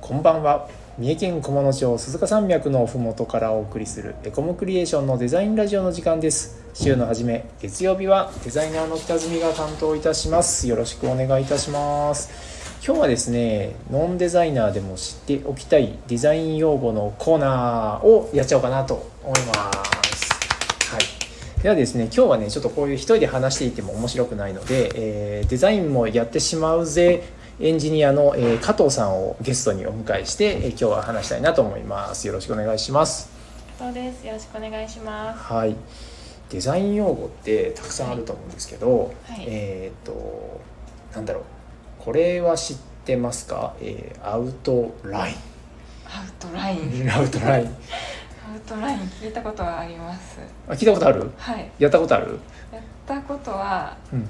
こんばんは三重県熊野町鈴鹿山脈のふもとからお送りするエコムクリエーションのデザインラジオの時間です週の初め月曜日はデザイナーの北住が担当いたしますよろしくお願いいたします今日はですねノンデザイナーでも知っておきたいデザイン用語のコーナーをやっちゃおうかなと思いますはいではですね今日はねちょっとこういう一人で話していても面白くないので、えーデザインもやってしまうぜエンジニアの、えー加藤さんをゲストにお迎えして、えー今日は話したいなと思いますよろしくお願いしますそうです。よろしくお願いします。はいデザイン用語ってたくさんあると思うんですけど、はいえっ、となんだろうこれは知ってますか、えーアウトライ アウトライン。ンアウトラインアウトライン聞いたことはあります。あ聞いたことあるはい。やったことあるやったことはうん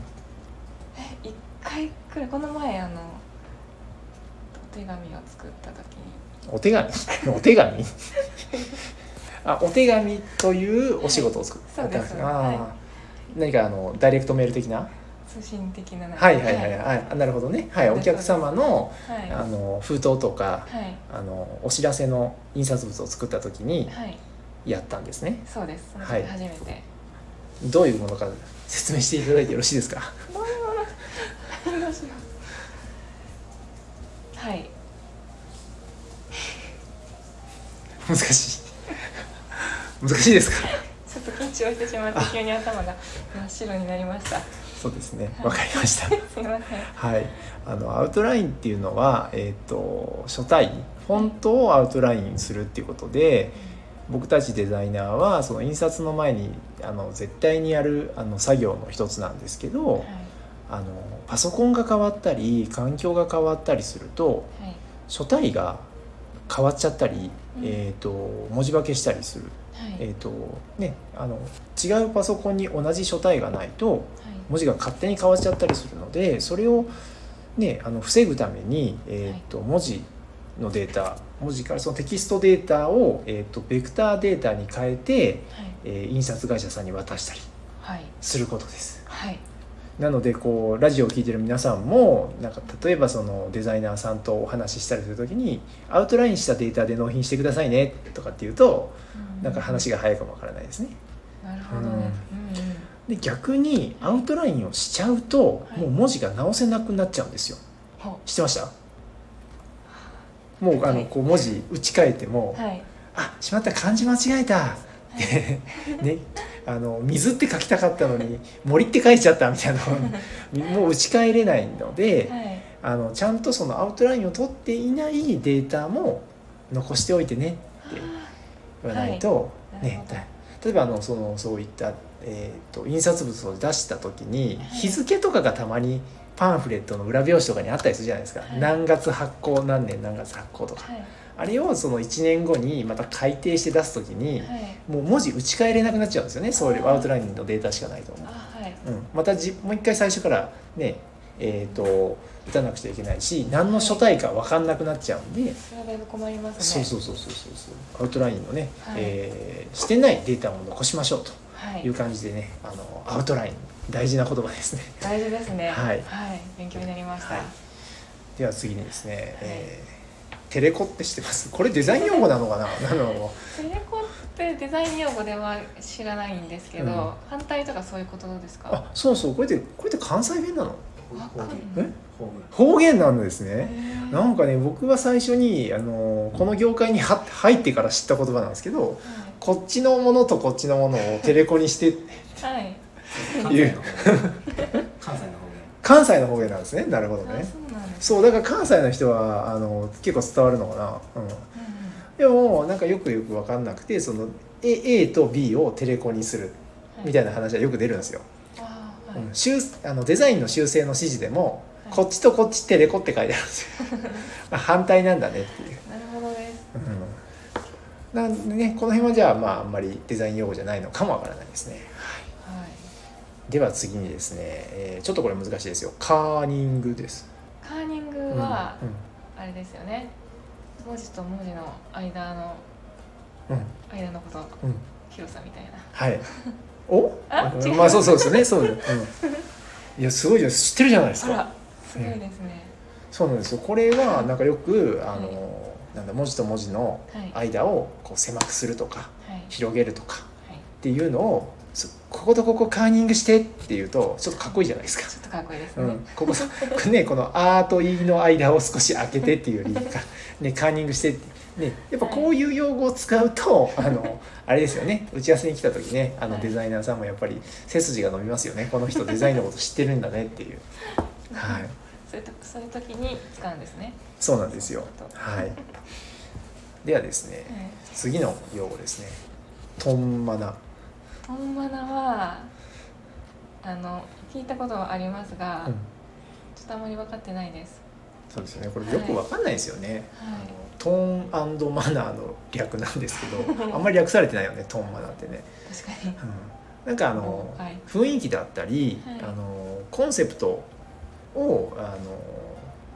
え一回くらいこの前あのお手紙を作った時にお手紙 お手紙あお手紙というお仕事を作った、はいそうですあーは何かあのダイレクトメール的な通信的ななんかはいはいはいはいあなるほどねはいお客様のはいあはの封筒とかいあのお知らせの印刷物を作った時にはいやったんですねそうです。そのは時い初めて。どういうものか説明していただいてよろしいですか どうしようはい。難しい 難しいですかちょっと緊張してしまって急に頭が真っ白になりました。そうですねはいわかりましたすいません。はい、あのアウトラインっていうのは、えー、と書体フォントをアウトラインするっていうことで僕たちデザイナーはその印刷の前にあの絶対にやるあの作業の一つなんですけど、はいあのパソコンが変わったり環境が変わったりするとはい書体が変わっちゃったり、うんえー、と文字化けしたりする、はい。えーとね、あの違うパソコンに同じ書体がないとはい文字が勝手に変わっちゃったりするのでそれを、ね、あの防ぐために、えーっと文字のデータ文字からそのテキストデータを、えーっとベクターデータに変えて、えー印刷会社さんに渡したりはいはいすることです。はいなのでこうラジオを聴いてる皆さんもなんか例えばそのデザイナーさんとお話ししたりする時にアウトラインしたデータで納品してくださいねとかっていうとなんか話が早いかもわからないですね。なるほどね、うんうんで逆にアウトラインをしちゃうと、はいもう文字が直せなくなっちゃうんですよほ知ってましたもうあはのいこう文字打ち替えても「はいあしまった漢字間違えた」って、ね あの「水」って書きたかったのに「森」って書いちゃったみたいな もう打ち替えれないのではいあのちゃんとそのアウトラインを取っていないデータも残しておいてねって言わないと、はいなるねほど例えばあのそのそういった、えー、と印刷物を出した時にはい日付とかがたまにパンフレットの裏表紙とかにあったりするじゃないですか、はい何月発行何年何月発行とか、はいあれをその1年後にまた改定して出す時に、はいもう文字打ち替えれなくなっちゃうんですよねそういうあーアウトラインのデータしかないと思う。あはいうん、またじもう一回最初からねえー、と打たなくちゃいけないし何の書体か分かんなくなっちゃうんで、それはだいぶ困りますねそうそうそうそうそうそうアウトラインのね、はいえーしてないデータを残しましょうとはいいう感じでねあのアウトライン大事な言葉ですね 大事ですねはい勉強になりました、はいでは次にですね、えーテレコって知ってますこれデザイン用語なのかな なのテレコってデザイン用語では知らないんですけど、うん反対とかそういうことですかあそうそうこれってこれって関西弁なのわかんないえ方言なんですねえーなんかね僕は最初にあのこの業界には入ってから知った言葉なんですけどこっちのものとこっちのものをテレコにしてはい、はい、関西の方言関西の方関西の方言なんですねなるほどあねそうなんです、そうだから関西の人はあの結構伝わるのかな、うん、うんうんでもなんかよくよく分かんなくてその A, A と B をテレコにするみたいな話はよく出るんですよ、あーうはいん、修あのデザインの修正の指示でも、はいこっちとこっちテレコって書いてあるんです よあ反対なんだねっていう、なるほどですうん、なんでねこの辺はじゃあまああんまりデザイン用語じゃないのかもわからないですねはいでは次にですね、えーちょっとこれ難しいですよカーニングです、カーニングうんは、あれですよね文字と文字の間のうんうん間のことうん広さみたいなはい。 お？あ違うまあ そうそうですよね。そうです。うん、いやすごいじゃん。知ってるじゃないですあか。らすごいですね、そうなんですよこれはなんかよくあの、なんだ文字と文字のはいはい間をこう狭くするとかはい広げるとかっていうのをそこことここカーニングしてっていうとちょっとかっこいいじゃないですかちょっとかっこいいですうね、ん、ここさねこの「あ」と「い」の間を少し開けてっていう理由から、ね、カーニングしてって、ね、やっぱこういう用語を使うとあのあれですよね打ち合わせに来た時ねあはのいデザイナーさんもやっぱり背筋が伸びますよねこの人デザインのこと知ってるんだねっていう、はい、そういうとそういう時に使うんですね、そうなんですよ、はい、ではですねはい、次の用語ですね「トンマナトンマナはあの聞いたことはあります」が、うんちょっとあまり分かってないですそうですよねこれよくわかんないですよね、はいあのトーンマナーの略なんですけどあんまり略されてないよねトーンマナーってね確かにうんなんかあの、はい雰囲気だったり、はいあのコンセプトをあの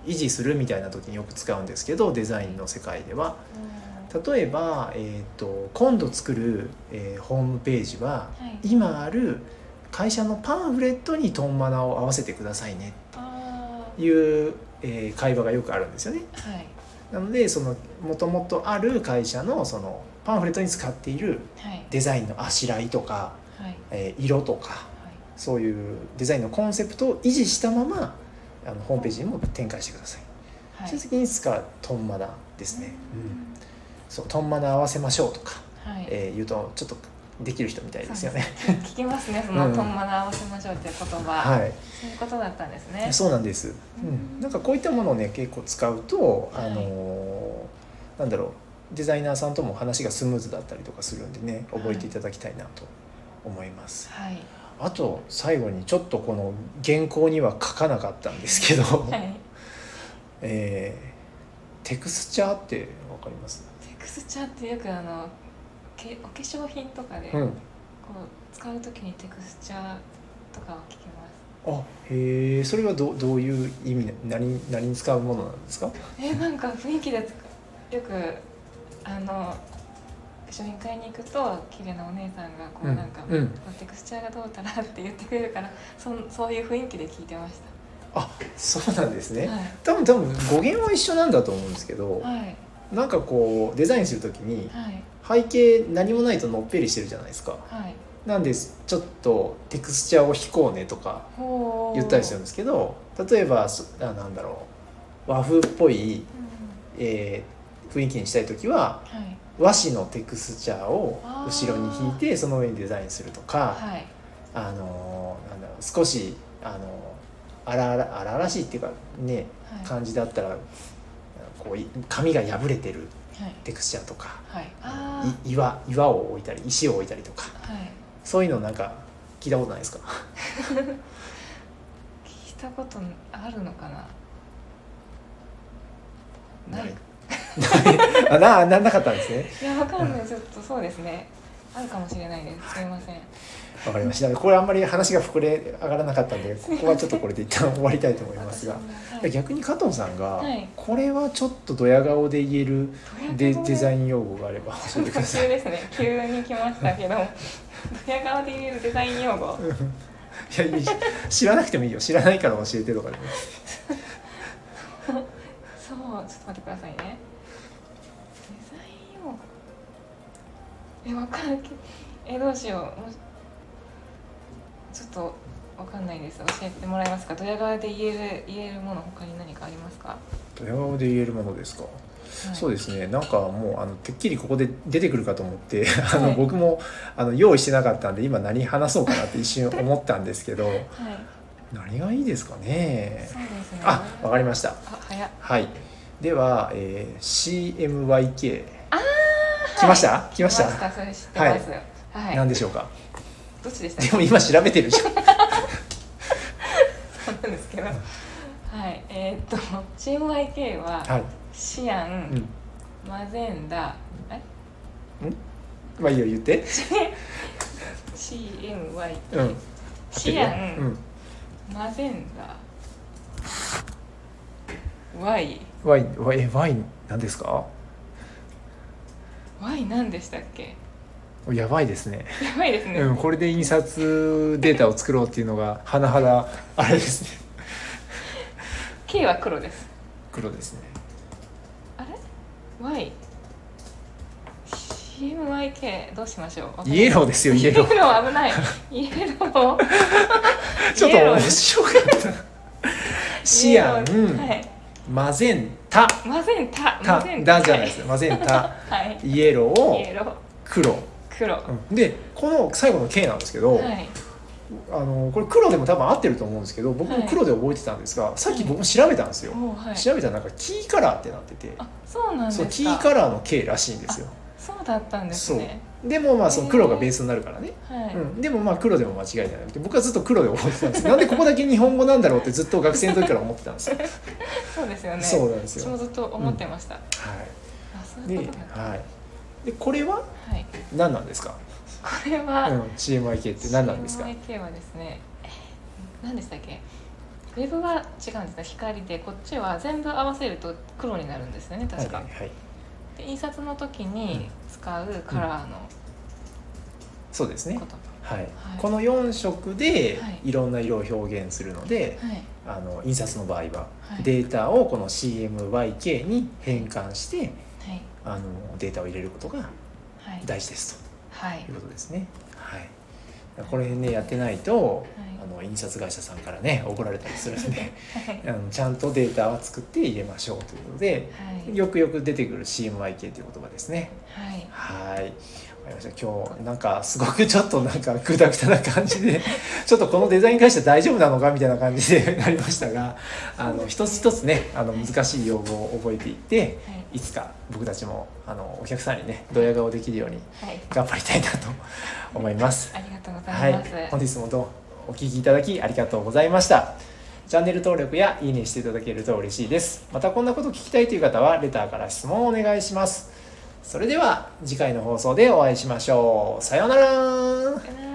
維持するみたいな時によく使うんですけどデザインの世界ではうん例えば、えー、と今度作る、えーホームページははい今ある会社のパンフレットにトンマナを合わせてくださいねあという、えー会話がよくあるんですよね。ーはいなのでそのもともとある会社のそのパンフレットに使っているはいデザインのあしらいとか、はいえー色とかはいそういうデザインのコンセプトを維持したままあのホームページにも展開してください、はいそういう時に使うトンマナですね、ううんんそうトンマナ合わせましょうとか、はいえー言うとちょっとできる人みたいですよね聞きますねそうんのトンマナ合わせましょうっていう言葉、 はいそういうことだったんですねそうなんです、うんうんなんかこういったものをね結構使うとはいあのーなんだろうデザイナーさんとも話がスムーズだったりとかするんでね覚えていただきたいなと思います、はいあと最後にちょっとこの原稿には書かなかったんですけど、はい えーテクスチャーってわかります、テクスチャーってよくあのけお化粧品とかで、うこん、う使う時にテクスチャーとかを聞きますあへえそれはどどういう意味な何何に使うものなんですかえなんか雰囲気で使うよくあの商品買いに行くと綺麗なお姉さんがこううんなんか、うんこうテクスチャーがどうたらって言ってくれるからそんそういう雰囲気で聞いてましあそうなんですたね、はい多分多分語源は一緒なんだと思うんですけど、はいなんかこうデザインするときにはい背景何もないとのっぺりしてるじゃないですかはいなんでちょっとテクスチャーを引こうねとかほう言ったりするんですけど例えばそあなんだろう和風っぽいうんえー雰囲気にしたい時ははい和紙のテクスチャーをあー後ろに引いてその上にデザインするとかはいあ、のーなんだろう少し、あのー荒々荒々しいっていうかねはい感じだったらこうい紙が破れてるはいテクスチャーとかはいあい岩岩を置いたり石を置いたりとかあはいそういうのなんか聞いたことないですか聞いたことあるのかなないないあななんなかったんですねいやわかんないちょっとそうですねあるかもしれないですすいませんわかりましたこれあんまり話が膨れ上がらなかったんでここはちょっとこれで一旦終わりたいと思いますが私もはい逆に加藤さんが、はいこれはちょっとドヤ顔で言えるデデザインイン用語があれば教えてくださいですね急に来ましたけどドヤ顔で言えるデザイン用語いやいい知らなくてもいいよ知らないから教えてとかでもそうちょっと待ってくださいねデザイン用語えわかるえどうしようもしちょっとわかんないです教えてもらえますかドヤ顔で言える言えるもの他に何かありますか、ドヤ顔で言えるものですか、そうでですねなんかもうあのてっきりここで出てくるかと思って あの、はい僕もあの用意してなかったんで今何話そうかなって一 瞬思ったんですけどすはい何がいいですかねそうですねあわかりましたあ早っはい。では、えー、CMYK。来ました、来ました来ましたそれ知ってますはい、何でしょうかどっちでしたっで けも今調べてるじゃん。そうなんですけどはいえーっと CMYK ははい。シアン、うん。マゼンダえまあいいよ、言って。 CMY うん。合ってるシよアン、マゼンダ Y うん。ワイン、ワイン、ワイン、何ですか Y 何でしたっけやばいですね。やばいですね、うん、これで印刷データを作ろうっていうのが、甚だあれですね。 K は黒です黒ですねあれ ?Y CMYK どうしましょうわかんないイエローですよイエロー イエロー危ないイエロー ちょっと面白かった シアン、イエローはい、マゼンタ混ぜんたタ混ぜんだじゃないですすマゼンタはいイエロイーエロー黒、黒はうんでこの最後の K なんですけど、いあのこれ黒でも多分合ってると思うんですけど僕も黒で覚えてたんですが、さっき僕も調べたんですよ、おーはい調べたらなんかキーカラーってなっててあそうなんですそうかキーカラーの K らしいんですよそうだったんですねでもまあその黒がベースになるからね、はい、うん、でもまあ黒でも間違いじゃなくて僕はずっと黒で覚えてたんですなんでここだけ日本語なんだろうってずっと学生の時から思ってたん ですよ、そうですよねそうなんです私よもずっと思ってました、はあそういで,、いうことだったははい、でこれはい何なんですか、これうは、ん、CMYK って何なんですか CMYK はですねえー何でしたっけウェブは違うんですね光でこっちは全部合わせると黒になるんですよね確か、はいはいはい、で印刷の時に使うカラーのそうですねこと、はい、はいこの4色ではいいろんな色を表現するので、はいあの印刷の場合ははいデータをこの CMYK に変換してはいあのデータを入れることがはい大事ですはいということですね。はい、これねやってないとはいあの印刷会社さんからね怒られたりするん であのちゃんとデータは作って入れましょうということではいよくよく出てくる CMYK という言葉ですね。はいはい。わかりました。今日、なんか、すごくちょっとなんか、ぐだぐだな感じ で、ちょっとこのデザイン会社大丈夫なのかみたいな感じでなりましたが、あの、一つ一つね、あの、難しい用語を覚えていって、はいいつか僕たちも、あの、お客さんにね、ドヤ顔できるようにはい頑張りたいなと思います。ありがとうござはいます、い。本日もどうもお聞きいただきありがとうございました。チャンネル登録やいいねしていただけると嬉しいです。またこんなこと聞きたいという方はレターから質問をお願いします。それでは次回の放送でお会いしましょう。さようなら。さよなら